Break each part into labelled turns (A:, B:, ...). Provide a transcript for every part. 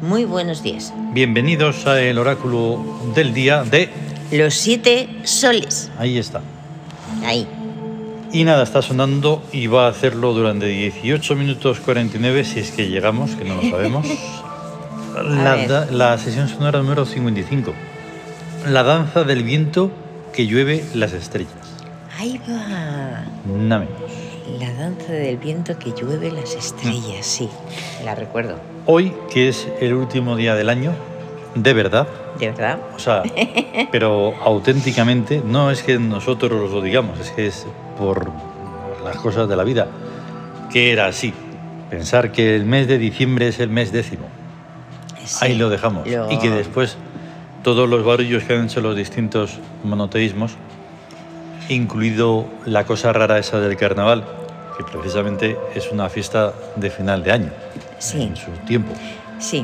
A: Muy buenos días.
B: Bienvenidos a el oráculo del día de...
A: Los siete soles.
B: Ahí está.
A: Ahí.
B: Y nada, está sonando y va a hacerlo durante 18 minutos 49 si es que llegamos, que no lo sabemos. la,
A: ver.
B: da- la sesión sonora número 55. La danza del viento que llueve las estrellas.
A: Ahí va.
B: Nada menos.
A: La danza del viento que llueve las estrellas, sí. La recuerdo.
B: Hoy, que es el último día del año, de verdad,
A: ¿De verdad?
B: o sea, pero auténticamente, no es que nosotros lo digamos, es que es por las cosas de la vida, que era así. Pensar que el mes de diciembre es el mes décimo.
A: Sí.
B: Ahí lo dejamos.
A: Lo-
B: Y que después todos los barullos que han hecho los distintos monoteísmos, incluido la cosa rara esa del carnaval, que precisamente es una fiesta de final de año,
A: Sí.
B: en su tiempo.
A: Sí,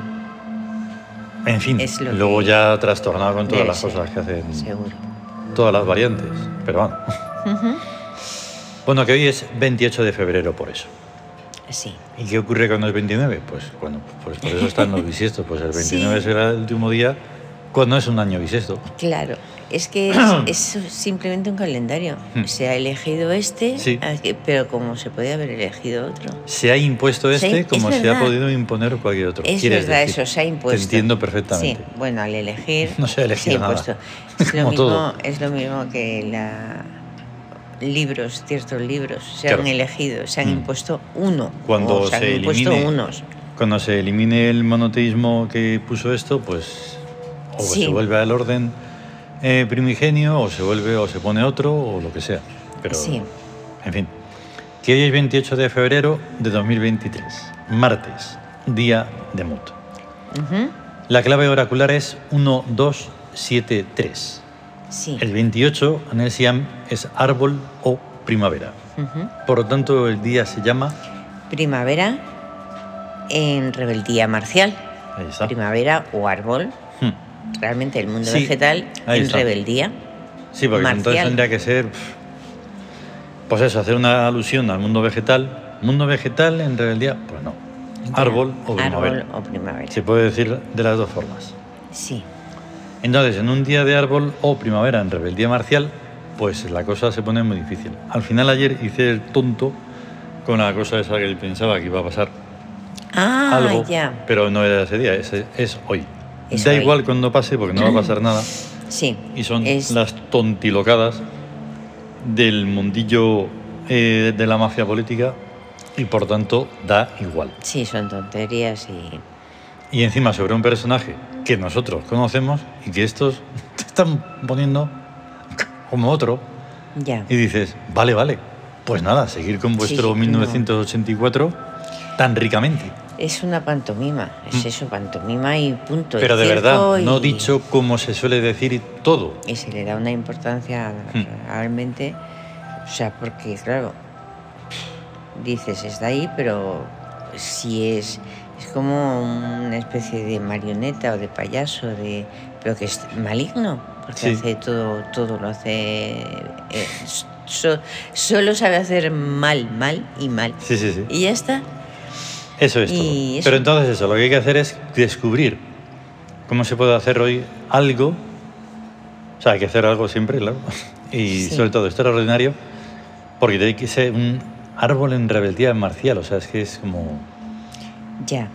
B: En fin,
A: Es lo
B: luego
A: que
B: ya trastornado con todas
A: debe
B: las
A: ser,
B: cosas que hacen,
A: seguro.
B: todas las variantes, pero bueno. Bueno, que hoy es 28 de febrero por eso.
A: Sí.
B: ¿Y qué ocurre cuando es 29? Pues bueno, pues por eso están los bisiestos, pues el 29
A: Sí.
B: será el último día cuando es un año bisiesto.
A: Claro, es que es, es simplemente un calendario.
B: Hmm.
A: Se ha elegido este,
B: Sí.
A: a- pero como se podía haber elegido otro.
B: Se ha impuesto
A: Se ha
B: este
A: im-
B: como
A: es
B: se ha
A: verdad.
B: podido imponer cualquier otro.
A: Es
B: quieres
A: verdad,
B: decir.
A: eso se ha impuesto.
B: Te entiendo perfectamente.
A: Sí, bueno, al elegir.
B: No se ha elegido nada.
A: impuesto. Es lo,
B: Como todo.
A: mismo, es lo mismo que la libros, ciertos libros, se
B: Claro.
A: han elegido, se han
B: Mm.
A: impuesto uno.
B: Cuando
A: Oh, o se,
B: se
A: han impuesto
B: elimine-
A: unos.
B: Cuando se elimine el monoteísmo que puso esto, pues o
A: Sí.
B: se vuelve al orden eh, primigenio, o se vuelve o se pone otro, o lo que sea. Pero,
A: Sí.
B: en fin. Que hoy es 28 de febrero de 2023, martes, día de Mut.
A: Ujú,
B: La clave oracular es 1273.
A: Sí.
B: El 28 en el Siam es árbol o primavera.
A: Ujú.
B: Por lo tanto, el día se llama.
A: Primavera en rebeldía marcial.
B: Ahí está.
A: Primavera o árbol.
B: Hmm.
A: Realmente el mundo
B: Sí,
A: vegetal
B: ahí
A: en
B: está.
A: rebeldía.
B: Sí, porque entonces
A: Marcial.
B: tendría que ser. pf, Pues eso, hacer una alusión al mundo vegetal. ¿Mundo vegetal en rebeldía? Pues no. Árbol o primavera.
A: Árbol o primavera.
B: Se puede decir de las dos formas.
A: Sí.
B: Entonces, en un día de árbol o primavera en rebeldía marcial, pues la cosa se pone muy difícil. Al final, ayer hice el tonto con la cosa esa que pensaba que iba a pasar.
A: Ah,
B: algo,
A: ya.
B: pero no era ese día, ese es hoy.
A: Es
B: da
A: hoy.
B: igual cuando pase porque no va a pasar nada.
A: Sí.
B: Y son
A: es-
B: las tontilocadas del mundillo eh, de la mafia política y por tanto da igual.
A: Sí, son tonterías y.
B: Y encima sobre un personaje que nosotros conocemos y que estos te están poniendo como otro
A: Ya.
B: y dices, vale, vale, pues nada, seguir con vuestro
A: no.
B: 1984 tan ricamente.
A: Es una pantomima. Es eso, pantomima y punto. y
B: Mm. Pero de
A: circo
B: verdad, no
A: y-
B: dicho como se suele decir todo.
A: Y se le da una importancia
B: Mm.
A: realmente. O sea, porque, claro. Dices, está ahí, pero si es. Es como una especie de marioneta o de payaso, de, pero que es maligno, porque
B: Sí.
A: hace todo, todo lo hace. eh, so- solo sabe hacer mal, mal y mal.
B: Sí, sí, sí.
A: Y ya está.
B: Eso es
A: y
B: todo.
A: eso.
B: Pero entonces eso, lo que hay que hacer es descubrir cómo se puede hacer hoy algo. O sea, hay que hacer algo siempre, claro. Y
A: Sí.
B: sobre todo extraordinario, porque tiene que ser un árbol en rebeldía marcial. O sea, es que es como...
A: Ya,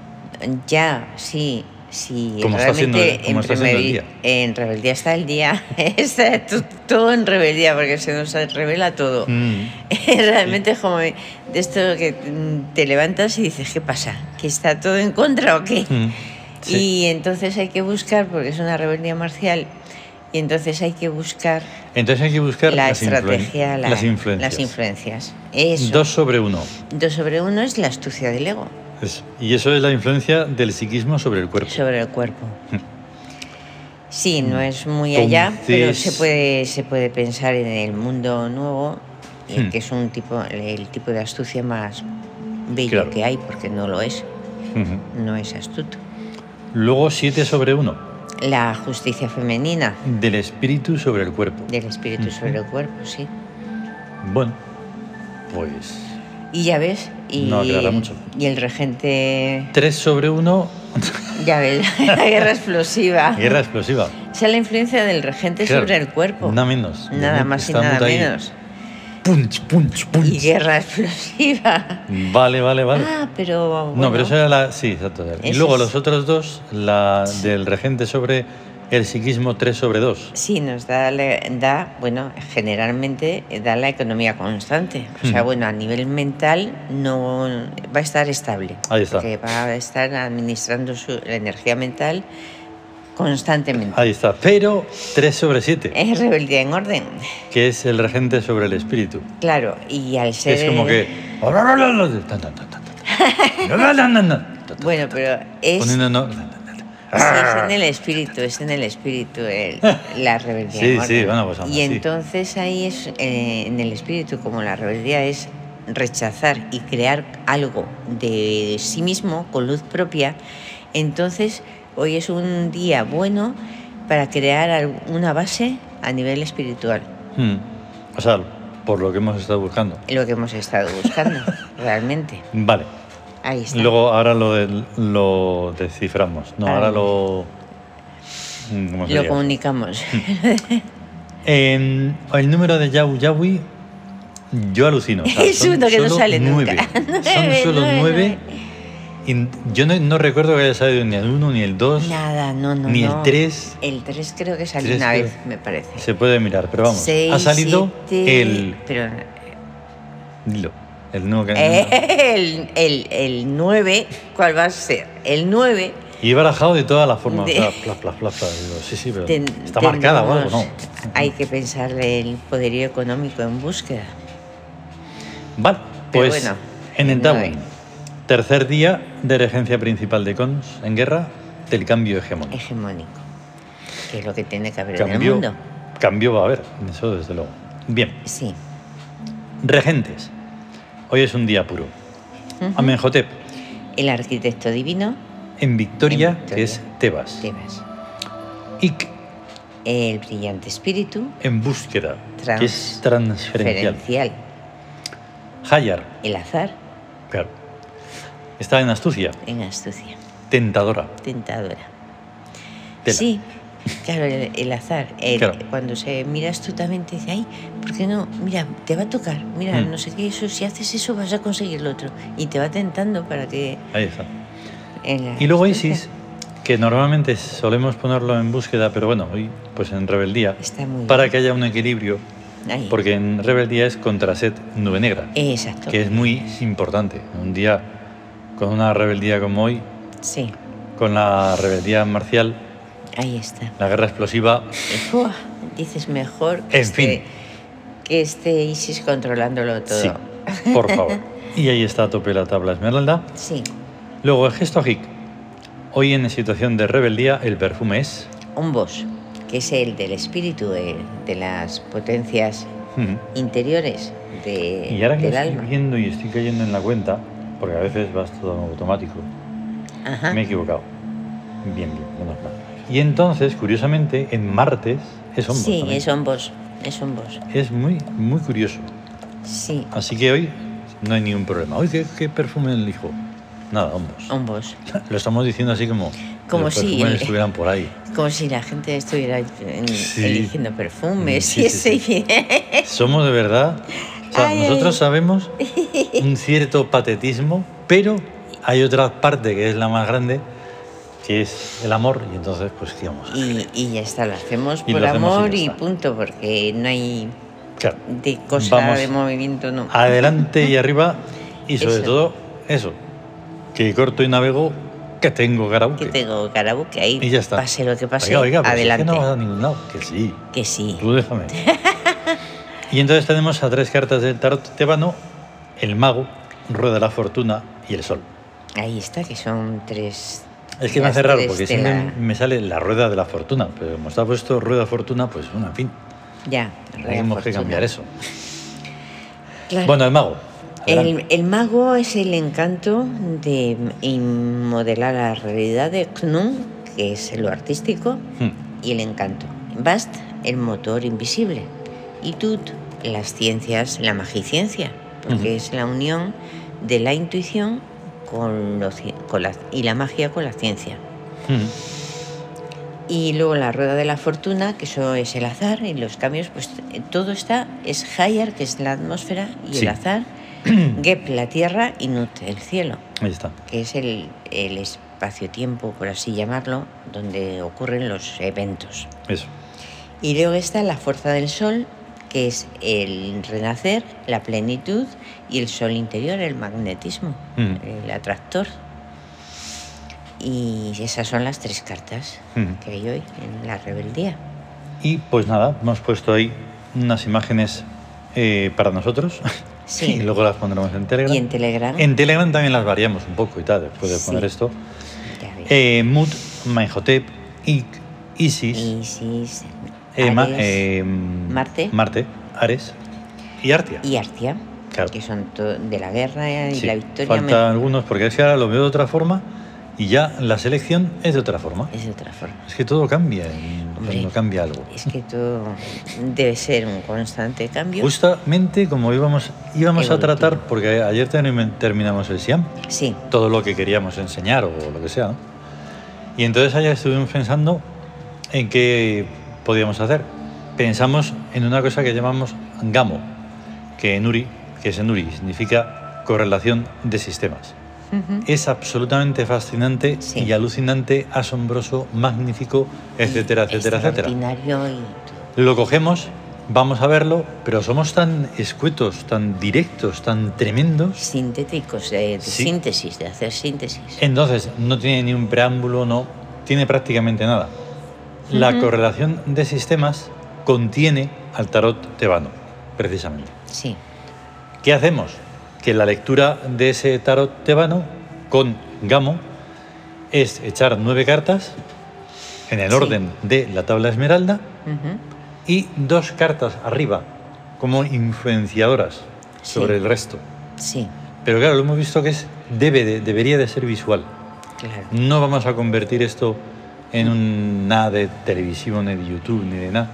A: ya, sí, sí.
B: ¿Cómo está
A: realmente
B: siendo- cómo
A: en,
B: está siendo el
A: rebeldí-
B: día?
A: en rebeldía está el día, está to- todo en rebeldía porque se nos revela todo.
B: mm,
A: realmente es como de esto que mm, te levantas y dices, ¿qué pasa? ¿Que está todo en contra o qué?
B: mm, sí.
A: Y entonces hay que buscar, porque es una rebeldía marcial, y entonces hay que buscar
B: Entonces hay que buscar
A: la
B: las influen-
A: estrategia, la-
B: las influencias.
A: las influencias. Eso.
B: Dos sobre uno.
A: Dos sobre uno es la astucia del ego
B: Es- y eso es la influencia del psiquismo sobre el cuerpo.
A: sobre el cuerpo. Sí, no es muy allá, pero se
B: Entonces-
A: puede, se puede pensar en el mundo nuevo, eh,
B: Hmm.
A: que es un tipo, el tipo de astucia más bello
B: Claro.
A: que hay, porque no lo es,
B: Ujú.
A: no es astuto.
B: Luego siete sobre uno.
A: La justicia femenina
B: Del espíritu sobre el cuerpo.
A: del espíritu sobre el cuerpo, sí.
B: Bueno, pues
A: Y ya ves, y,
B: No aclara mucho.
A: y el regente,
B: 3 sobre 1,
A: ya ves, la guerra explosiva.
B: guerra explosiva.
A: O sea, la influencia del regente
B: Claro,
A: sobre el cuerpo.
B: Nada menos.
A: Nada más y
B: Está
A: nada
B: mucho ahí.
A: menos.
B: Punch, punch,
A: Y
B: punch.
A: guerra explosiva.
B: Vale, vale, vale.
A: Ah, pero.
B: No,
A: bueno,
B: pero esa era la. Sí, exacto. Y
A: Esa
B: luego
A: es.
B: los otros dos, la del regente sobre el psiquismo 3 sobre 2.
A: Sí, nos da, la- da, bueno, generalmente da la economía constante. O sea,
B: Mm.
A: bueno, a nivel mental no va a estar estable.
B: Ahí está.
A: Porque va a estar administrando su, la energía mental constantemente.
B: Ahí está. Pero 3 sobre 7,
A: Es rebeldía en orden.
B: que es el regente sobre el espíritu.
A: Claro, y al
B: Que
A: ser.
B: es como que.
A: Bueno, pero es,
B: Poniendo no-
A: es
B: Ah.
A: en el espíritu, es en el espíritu el- la rebeldía.
B: Sí,
A: en orden.
B: sí, bueno, pues aún
A: Y
B: así.
A: entonces ahí es, eh, en el espíritu, como la rebeldía es rechazar y crear algo de sí mismo con luz propia, entonces hoy es un día bueno para crear al- una base a nivel espiritual,
B: Hmm. O sea, por lo que hemos estado buscando.
A: lo que hemos estado buscando, realmente.
B: Vale.
A: Ahí está.
B: Luego ahora lo, del- lo desciframos. No,
A: Ah.
B: ahora lo. hmm, ¿Cómo
A: lo
B: sería?
A: comunicamos.
B: En el número de Yau Yaui, yo alucino. o sea,
A: Es
B: son
A: uno que no
B: solo
A: sale nunca.
B: nueve. Son
A: Nueve,
B: solo
A: nueve,
B: nueve. Y yo no, no recuerdo que haya salido ni el uno, ni el dos,
A: Nada, no, no.
B: ni el
A: no.
B: tres.
A: El 3 creo que salió
B: Tres,
A: una
B: creo.
A: vez, me parece.
B: Se puede mirar, pero vamos.
A: Seis,
B: ha salido
A: siete,
B: el.
A: Pero
B: Dilo. El
A: Eh.
B: nuevo que.
A: el, el, el 9, ¿cuál va a ser? El 9
B: Y he barajado de todas las formas.
A: De-
B: o sea, pla, pla, pla, pla, digo, sí, sí, pero.
A: ten-
B: está marcada o algo,
A: tendremos-
B: ¿no?
A: Hay que pensarle el poderío económico en búsqueda.
B: Vale,
A: Pero
B: pues
A: bueno,
B: en el
A: no
B: Tawin,
A: hay.
B: tercer día de regencia principal de Cons en guerra del cambio hegemónico.
A: Hegemónico. Que es lo que tiene que haber en el
B: Cambio,
A: mundo.
B: cambio va a haber, eso desde luego. Bien,
A: Sí.
B: regentes. Hoy es un día puro. Amenhotep,
A: El arquitecto divino,
B: en Victoria,
A: En Victoria.
B: que es Tebas.
A: Tebas.
B: Ik,
A: El brillante espíritu,
B: en búsqueda, que es
A: Trans-
B: transferencial.
A: referencial.
B: Hayar,
A: El azar
B: claro. Está en astucia,
A: en astucia.
B: tentadora.
A: tentadora.
B: Tela.
A: Sí, claro, el, el azar. el-
B: Claro.
A: Cuando se miras tú también te dice, ay, ¿por qué no? Mira, te va a tocar, mira,
B: Mm.
A: no sé qué, eso, si haces eso vas a conseguir lo otro. Y te va tentando para que...
B: Ahí está.
A: en la
B: Y luego
A: astucia.
B: Isis, que normalmente solemos ponerlo en búsqueda, pero bueno, hoy pues en rebeldía,
A: Está muy
B: para que haya un equilibrio,
A: bien. Ahí.
B: porque en rebeldía es contra set nube negra,
A: Exacto.
B: que es muy importante. Un día con una rebeldía como hoy,
A: Sí,
B: con la rebeldía marcial,
A: ahí está.
B: la guerra explosiva,
A: Y, ¡buah! dices mejor que,
B: En
A: esté,
B: fin.
A: que esté Isis controlándolo todo.
B: sí, por favor. Y ahí está a tope la tabla esmeralda.
A: Sí,
B: Luego el gesto hic. Hoy en situación de rebeldía el perfume es...
A: un boss, que es el del espíritu, el de las potencias
B: Mm.
A: interiores de,
B: Y ahora que
A: eh, del
B: lo estoy
A: alma.
B: viendo y estoy cayendo en la cuenta, porque a veces vas todo en automático,
A: Ajá.
B: me he equivocado. Bien, bien, menos mal. Y entonces, curiosamente, en martes es hombro.
A: sí,
B: también.
A: es un boss, es un boss.
B: Es muy, muy curioso.
A: Sí,
B: Así que hoy no hay ningún problema. Hoy, ¿qué, qué perfume elijo? Nada, hombros.
A: un boss.
B: Lo estamos diciendo así como,
A: Como
B: los
A: si
B: perfumes
A: el-
B: estuvieran por ahí.
A: Como si la gente estuviera eh,
B: Sí.
A: eligiendo perfumes
B: Sí,
A: y
B: sí,
A: ese-
B: Somos de verdad. O sea,
A: Ay, ay,
B: nosotros
A: ay.
B: sabemos un cierto patetismo, pero hay otra parte que es la más grande, que es el amor, y entonces, pues, digamos.
A: y, y ya está, lo hacemos
B: Y lo
A: por
B: hacemos y
A: amor
B: ya
A: y,
B: está.
A: punto, porque no hay
B: Claro.
A: de cosa
B: Vamos
A: de movimiento, no.
B: Adelante y arriba, y sobre
A: Eso.
B: todo, eso. Que corto y navego, que tengo
A: Que
B: karaoke.
A: tengo karaoke ahí,
B: Y ya está.
A: pase lo que pase,
B: Oiga, oiga, pero si es que
A: adelante.
B: no vas a ningún lado. Que sí,
A: Que sí,
B: tú déjame. y entonces tenemos a tres cartas del tarot tebano, el mago, rueda de la fortuna y el sol.
A: ahí está, que son tres...
B: Es que me
A: las
B: hace raro
A: tres
B: porque
A: de
B: siempre
A: la-
B: me sale la rueda de la fortuna, pero como está puesto rueda fortuna, pues bueno, en fin,
A: Ya,
B: tenemos que
A: fortuna.
B: cambiar eso.
A: Claro.
B: Bueno, el mago.
A: El,
B: adelante.
A: el mago es el encanto de in- modelar la realidad de Knun, que es lo artístico,
B: Hmm,
A: y el encanto. Bast, el motor invisible. Y Tut, las ciencias, la magiciencia. porque uh -huh. es la unión de la intuición con, los, con la, y la magia con la ciencia.
B: Mm,
A: Uh -huh. Y luego la rueda de la fortuna, que eso es el azar y los cambios, pues todo está, es Hayar, que es la atmósfera, y sí. el azar, Gep, la tierra, y Nut, el cielo.
B: Ahí está.
A: Que es el, el espacio-tiempo, por así llamarlo, donde ocurren los eventos.
B: Eso.
A: Y luego está la fuerza del sol, que es el renacer, la plenitud y el sol interior, el magnetismo, mm. el atractor. Y esas son las tres cartas mm. que hay hoy en la rebeldía.
B: Y pues nada, hemos puesto ahí unas imágenes eh, para nosotros. Sí. y luego las pondremos en Telegram.
A: Y en Telegram.
B: En Telegram también las variamos un poco y tal, después de sí. poner esto. Eh, Mut, Mainhotep, Ic, Isis.
A: Isis.
B: Ema, Ares, eh,
A: Marte.
B: Marte, Ares y Artia.
A: Y Artia, claro. que son de la guerra y sí, la victoria.
B: Faltan me... algunos porque es que ahora lo veo de otra forma y ya la selección es de otra forma.
A: Es de otra forma.
B: Es que todo cambia Hombre, cuando cambia algo.
A: Es que todo debe ser un constante cambio.
B: Justamente como íbamos, íbamos Evolutivo. a tratar, porque ayer terminamos el SIAM,
A: sí.
B: todo lo que queríamos enseñar o lo que sea. ¿no? Y entonces ayer estuvimos pensando en que podíamos hacer. Pensamos en una cosa que llamamos GAMO, que en URI, que es en URI, significa correlación de sistemas. Uh -huh. Es absolutamente fascinante sí. y alucinante, asombroso, magnífico, etcétera, y etcétera, etcétera.
A: Y...
B: Lo cogemos, vamos a verlo, pero somos tan escuetos, tan directos, tan tremendos.
A: Sintéticos, eh, de, de sí. síntesis, de hacer síntesis.
B: Entonces, no tiene ni un preámbulo, no tiene prácticamente nada la uh -huh. correlación de sistemas contiene al tarot tebano, precisamente.
A: Sí.
B: ¿Qué hacemos? Que la lectura de ese tarot tebano con gamo es echar nueve cartas en el sí. orden de la tabla esmeralda uh -huh. y dos cartas arriba como influenciadoras sí. sobre el resto.
A: Sí.
B: Pero claro, lo hemos visto que es debe de, debería de ser visual.
A: Claro.
B: No vamos a convertir esto en un nada de televisivo, ni de YouTube, ni de nada.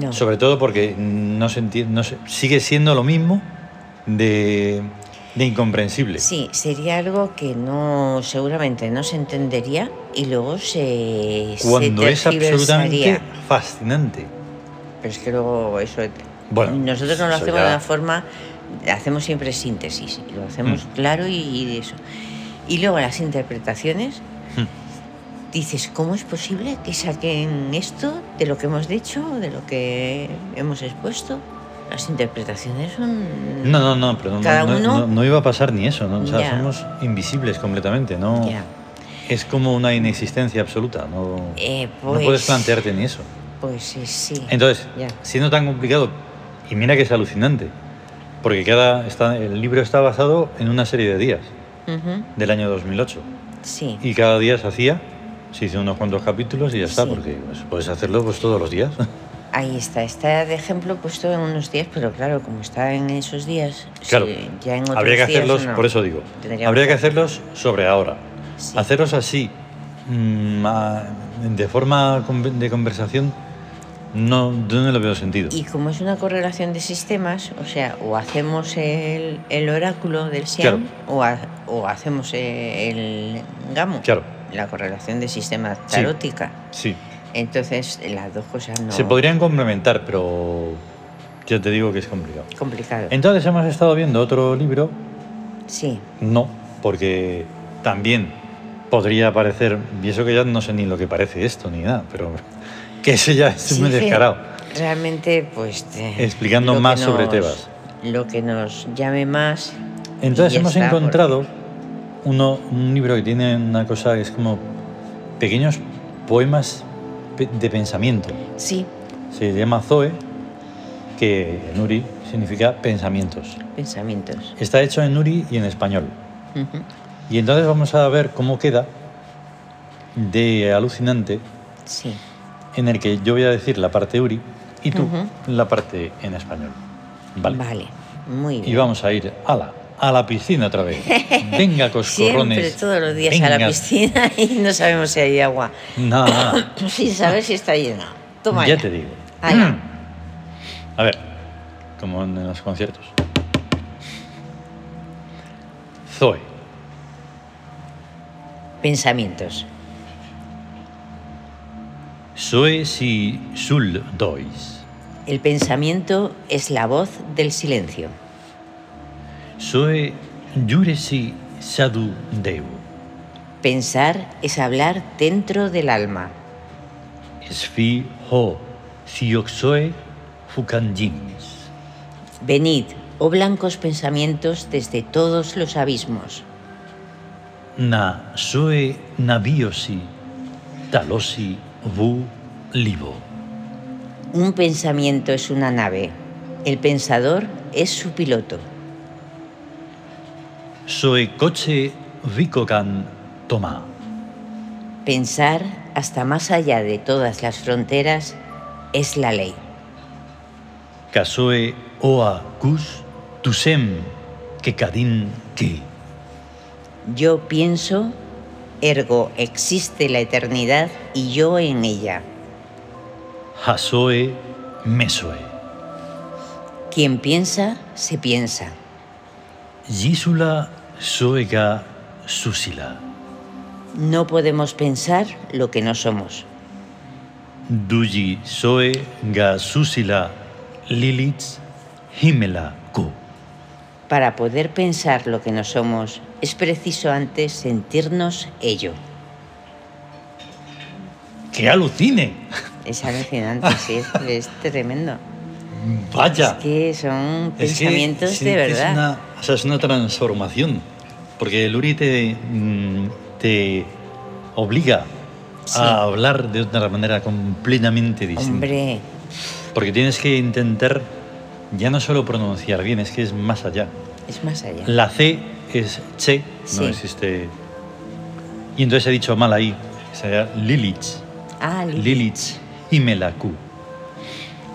A: No.
B: Sobre todo porque no se entiende, no se, sigue siendo lo mismo de, de, incomprensible.
A: Sí, sería algo que no seguramente no se entendería y luego se...
B: Cuando
A: se
B: es absolutamente fascinante.
A: Pero es que luego eso... Bueno, nosotros no lo hacemos ya... de una forma, hacemos siempre síntesis, lo hacemos mm. claro y, y, eso. Y luego las interpretaciones. Mm dices, ¿cómo es posible que saquen esto de lo que hemos dicho, de lo que hemos expuesto? Las interpretaciones son...
B: No, no, no, pero
A: Cada
B: no,
A: uno...
B: no, no, iba a pasar ni eso, ¿no? O sea, yeah. somos invisibles completamente, ¿no?
A: Yeah.
B: Es como una inexistencia absoluta, no,
A: eh, pues...
B: no puedes plantearte ni eso.
A: Pues sí, sí.
B: Entonces,
A: yeah.
B: siendo tan complicado, y mira que es alucinante, porque cada, está, el libro está basado en una serie de días
A: uh -huh.
B: del año 2008.
A: Sí.
B: Y cada día se hacía se hizo unos cuantos capítulos y ya está,
A: sí.
B: porque pues, puedes hacerlo pues, todos los días.
A: Ahí está, está de ejemplo puesto en unos días, pero claro, como está en esos días,
B: claro,
A: si ya en otros
B: habría que hacerlos,
A: días, no,
B: por eso digo, habría que hacerlos sobre ahora. Sí. Hacerlos así, mmm, a, de forma de conversación, no, no le veo sentido.
A: Y como es una correlación de sistemas, o sea, o hacemos el, el oráculo del Siam
B: claro.
A: o, ha, o hacemos e, el Gamo.
B: Claro
A: la correlación de sistemas tarótica.
B: Sí, sí.
A: Entonces, las dos cosas no.
B: Se podrían complementar, pero yo te digo que es complicado.
A: Complicado.
B: Entonces, hemos estado viendo otro libro.
A: Sí.
B: No, porque también podría parecer. Y eso que ya no sé ni lo que parece esto ni nada, pero que eso ya es sí, muy descarado.
A: Realmente, pues.
B: Te... Explicando más
A: nos,
B: sobre Tebas.
A: Lo que nos llame más.
B: Entonces, hemos está, encontrado. Porque... Uno, un libro que tiene una cosa que es como pequeños poemas de pensamiento.
A: Sí.
B: Se llama Zoe, que en Uri significa pensamientos.
A: Pensamientos.
B: Está hecho en Uri y en español. Uh -huh. Y entonces vamos a ver cómo queda de alucinante.
A: Sí.
B: En el que yo voy a decir la parte Uri y tú uh -huh. la parte en español. Vale.
A: Vale, muy bien.
B: Y vamos a ir a la a la piscina otra vez. Venga, coscorrones.
A: Siempre, todos los días venga. a la piscina y no sabemos si hay agua.
B: No, no,
A: no. Sin saber si está llena. Toma.
B: Ya te digo. Mm.
A: Allá.
B: A ver, como en los conciertos. Zoe.
A: Pensamientos.
B: Zoe si sul dois.
A: El pensamiento es la voz del silencio.
B: Zoe jure si sadu deu.
A: Pensar es hablar dentro del alma.
B: Sfi ho zoe fucandimis.
A: Venid, oh blancos pensamientos, desde todos los abismos.
B: Na zoe naviosi talosi vu libo.
A: Un pensamiento es una nave. El pensador es su piloto.
B: Zoe coche vicogan toma.
A: Pensar hasta más allá de todas las fronteras es la ley.
B: Casoe oa cus tusem que cadin que.
A: Yo pienso, ergo existe la eternidad y yo en ella.
B: Hasoe mesoe.
A: Quien piensa, se piensa.
B: Gisula soega susila.
A: No podemos pensar lo que no somos.
B: Dugi soe ga susila lilits himela co.
A: Para poder pensar lo que no somos, es preciso antes sentirnos ello.
B: ¡Que alucine!
A: Es alucinante, sí, es, es tremendo.
B: Vaya.
A: Es que son
B: Es que
A: pensamientos
B: sí,
A: de
B: es
A: verdad.
B: una- o sea, es una transformación. Porque el Uri te, mm, te obliga
A: Sí.
B: a hablar de una manera completamente distinta.
A: Hombre,
B: Porque tienes que intentar ya no solo pronunciar bien, es que es más allá.
A: es más allá.
B: La C es che,
A: Sí.
B: no existe. Y entonces he dicho mal ahí, sería Lilith.
A: Ah, li-
B: Lilith y Melaku.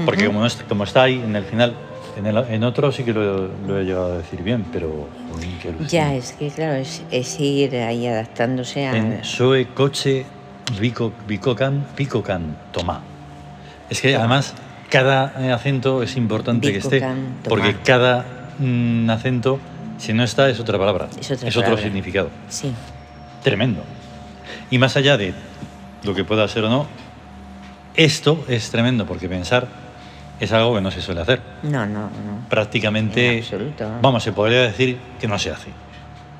B: Porque como, no est- como está ahí en el final, en, el- en otro sí que lo, lo he llegado a decir bien, pero. jolín, qué alucina.
A: ya, es que claro, es, es ir ahí adaptándose a...
B: En Soe Coche Vico, Vicocan, Vicocan, Tomá. Es que además cada eh, acento es importante que esté,
A: Vicocan, Tomá.
B: porque cada mm, acento, si no está, es otra palabra,
A: Es otra
B: otro
A: palabra.
B: significado.
A: Sí,
B: Tremendo. Y más allá de lo que pueda ser o no, esto es tremendo, porque pensar es algo que no se suele hacer.
A: no, no, no.
B: Prácticamente,
A: En absoluto.
B: vamos, se podría decir que no se hace.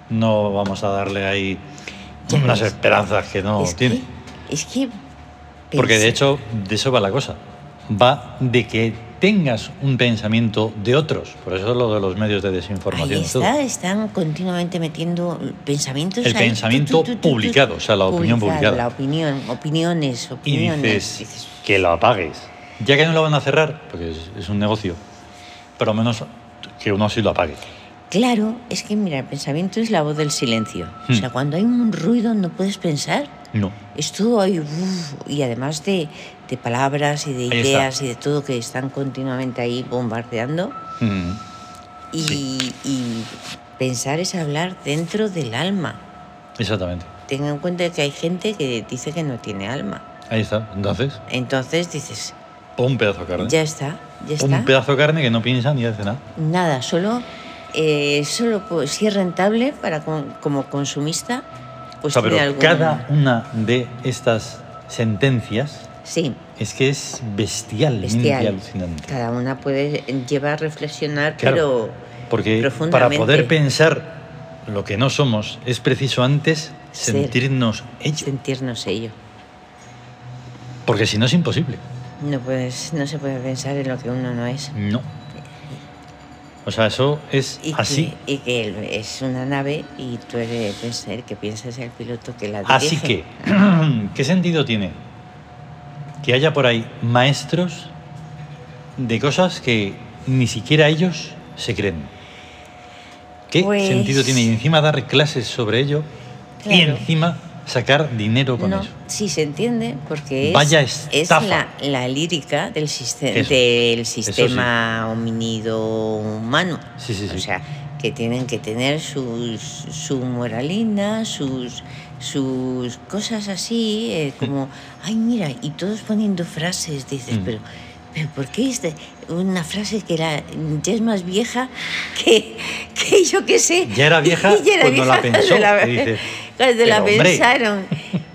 B: No vamos a darle ahí
A: Ya
B: unas
A: ves.
B: esperanzas que no
A: es,
B: tiene.
A: que, es que...
B: Porque de
A: pensar-
B: hecho, de eso va la cosa. Va de que tengas un pensamiento de otros. Por eso es lo de los medios de desinformación.
A: Ahí
B: y todo.
A: está, están continuamente metiendo pensamientos.
B: El
A: ahí,
B: pensamiento publicado, o sea, la opinión publicada.
A: La opinión, opiniones,
B: y
A: opiniones.
B: dices,
A: Dices,
B: que lo apagues. Ya que no lo van a cerrar, porque es, es un negocio, pero al menos que uno sí lo apague.
A: claro, es que mira, el pensamiento es la voz del silencio.
B: Hmm.
A: O sea, cuando hay un ruido no puedes pensar.
B: No.
A: Es todo ahí, uf, y además de, de palabras y de
B: Ahí está.
A: ideas y de todo que están continuamente ahí bombardeando.
B: Mm.
A: Y, y pensar es hablar dentro del alma.
B: Exactamente.
A: Ten en cuenta que hay gente que dice que no tiene alma.
B: Ahí está. Entonces,
A: Entonces dices,
B: pon un pedazo de carne.
A: Ya está, ya
B: un
A: está.
B: pedazo de carne que no piensa ni hace nada.
A: Nada, solo, eh, solo pues, si es rentable para con- como consumista,
B: O
A: pues
B: sea, pero
A: tiene algún-
B: cada una de estas sentencias
A: sí,
B: es que es bestial,
A: Bestial.
B: alucinante.
A: cada una puede llevar a reflexionar,
B: Claro, Porque para
A: profundamente.
B: poder pensar lo que no somos, es preciso antes
A: Ser.
B: sentirnos
A: pero
B: ellos.
A: sentirnos ello.
B: Porque si no es imposible.
A: No puedes, no se puede pensar en lo que uno no es.
B: No. O sea, eso es
A: Y
B: así.
A: que, y que él es una nave y tú eres pues, el que piensas el piloto que la dirige.
B: Así que, ¿qué sentido tiene que haya por ahí maestros de cosas que ni siquiera ellos se creen? ¿Qué
A: Pues-
B: sentido tiene? Y encima dar clases sobre ello y
A: Claro.
B: encima sacar dinero con
A: No,
B: eso.
A: sí se entiende porque es,
B: Vaya
A: es
B: estafa.
A: la, la lírica del, siste-
B: Eso,
A: del
B: sí.
A: sistema hominido humano.
B: Sí, sí, sí.
A: O sea, que tienen que tener sus, su moralina, sus, sus cosas así, eh, como, ay, mira, y todos poniendo frases, dices,
B: Mm.
A: pero ¿Pero por qué este? una frase que era, ya es más vieja que, que yo qué sé?
B: Ya era vieja
A: Y ya era
B: cuando la
A: vieja
B: pensó.
A: cuando la-
B: y dices,
A: Cuando la
B: "Pero, hombre".
A: pensaron.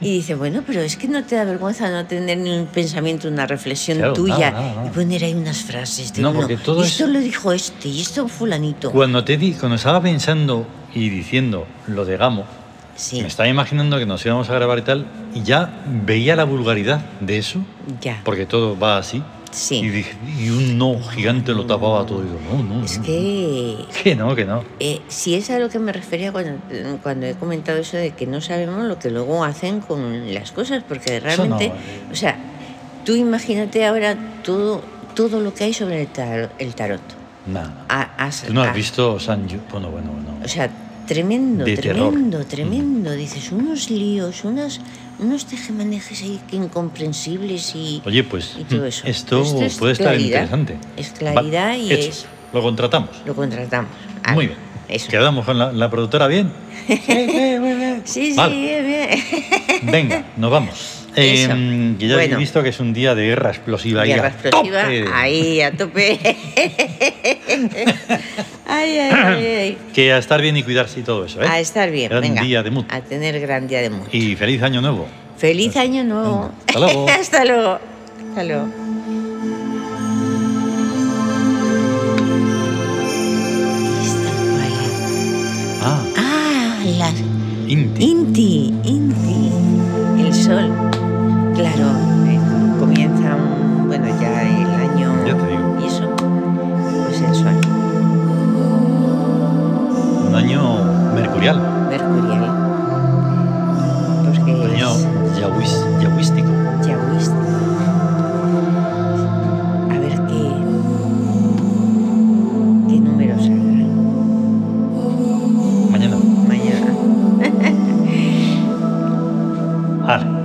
A: Y dice, bueno, pero es que no te da vergüenza no tener ni un pensamiento, una reflexión
B: Claro,
A: tuya.
B: nada, nada, nada.
A: Y poner ahí unas frases de
B: No,
A: uno,
B: porque todo
A: y esto
B: es-
A: lo dijo este, y esto fulanito.
B: Cuando te di, cuando estaba pensando y diciendo lo de Gamo,
A: Sí,
B: me estaba imaginando que nos íbamos a grabar y tal, y ya veía la vulgaridad de eso,
A: ya.
B: porque todo va así.
A: Sí.
B: Y, dije- y un no gigante lo tapaba todo. Y digo, no, no.
A: Es
B: no,
A: que
B: Que no, que no.
A: eh, si es a lo que me refería cuando, cuando he comentado eso de que no sabemos lo que luego hacen con las cosas, porque
B: Eso no,
A: realmente,
B: eh.
A: o sea, tú imagínate ahora todo, todo lo que hay sobre el tarot. El tarot.
B: Nada.
A: Ha- has-
B: Tú no
A: ha-
B: has visto San Ju- Bueno, bueno, bueno.
A: O sea, tremendo,
B: De terror.
A: tremendo, tremendo. Dices, unos líos, unas, unos tejemanejes ahí que incomprensibles y...
B: Oye, pues
A: y todo eso.
B: esto
A: Esto es
B: puede estar
A: claridad.
B: interesante.
A: Es claridad
B: Va,
A: y
B: hecho.
A: es-
B: Lo contratamos.
A: Lo contratamos. Ah,
B: Muy bien.
A: Eso.
B: ¿Quedamos con la, la productora bien? Sí, sí, muy bien.
A: Sí, sí,
B: Vale.
A: bien, bien.
B: Venga, nos vamos.
A: Eso.
B: Eh, que ya he
A: Bueno.
B: visto que es un día de guerra explosiva.
A: Guerra
B: ahí a
A: explosiva,
B: tope.
A: ahí, a tope. ay, ay, ay, ay.
B: Que a estar bien y cuidarse y todo eso, ¿eh?
A: A estar bien,
B: Gran
A: venga.
B: día de mood.
A: A tener gran día de mood.
B: Y feliz año nuevo.
A: Feliz año nuevo.
B: Venga, hasta luego.
A: hasta luego. Hasta luego. Esta cual-
B: Ah,
A: Ah, las
B: Inti.
A: Inti, Inti, el sol. Claro, eh, comienza un, bueno, ya el año.
B: Ya te digo.
A: Y eso, pues el sol.
B: Un año mercurial.
A: mercurial. Porque
B: Un año
A: es
B: yahwist, yahwístico.
A: yahwist. A ver qué. qué número saldrá
B: Mañana.
A: mañana.
B: Ahora.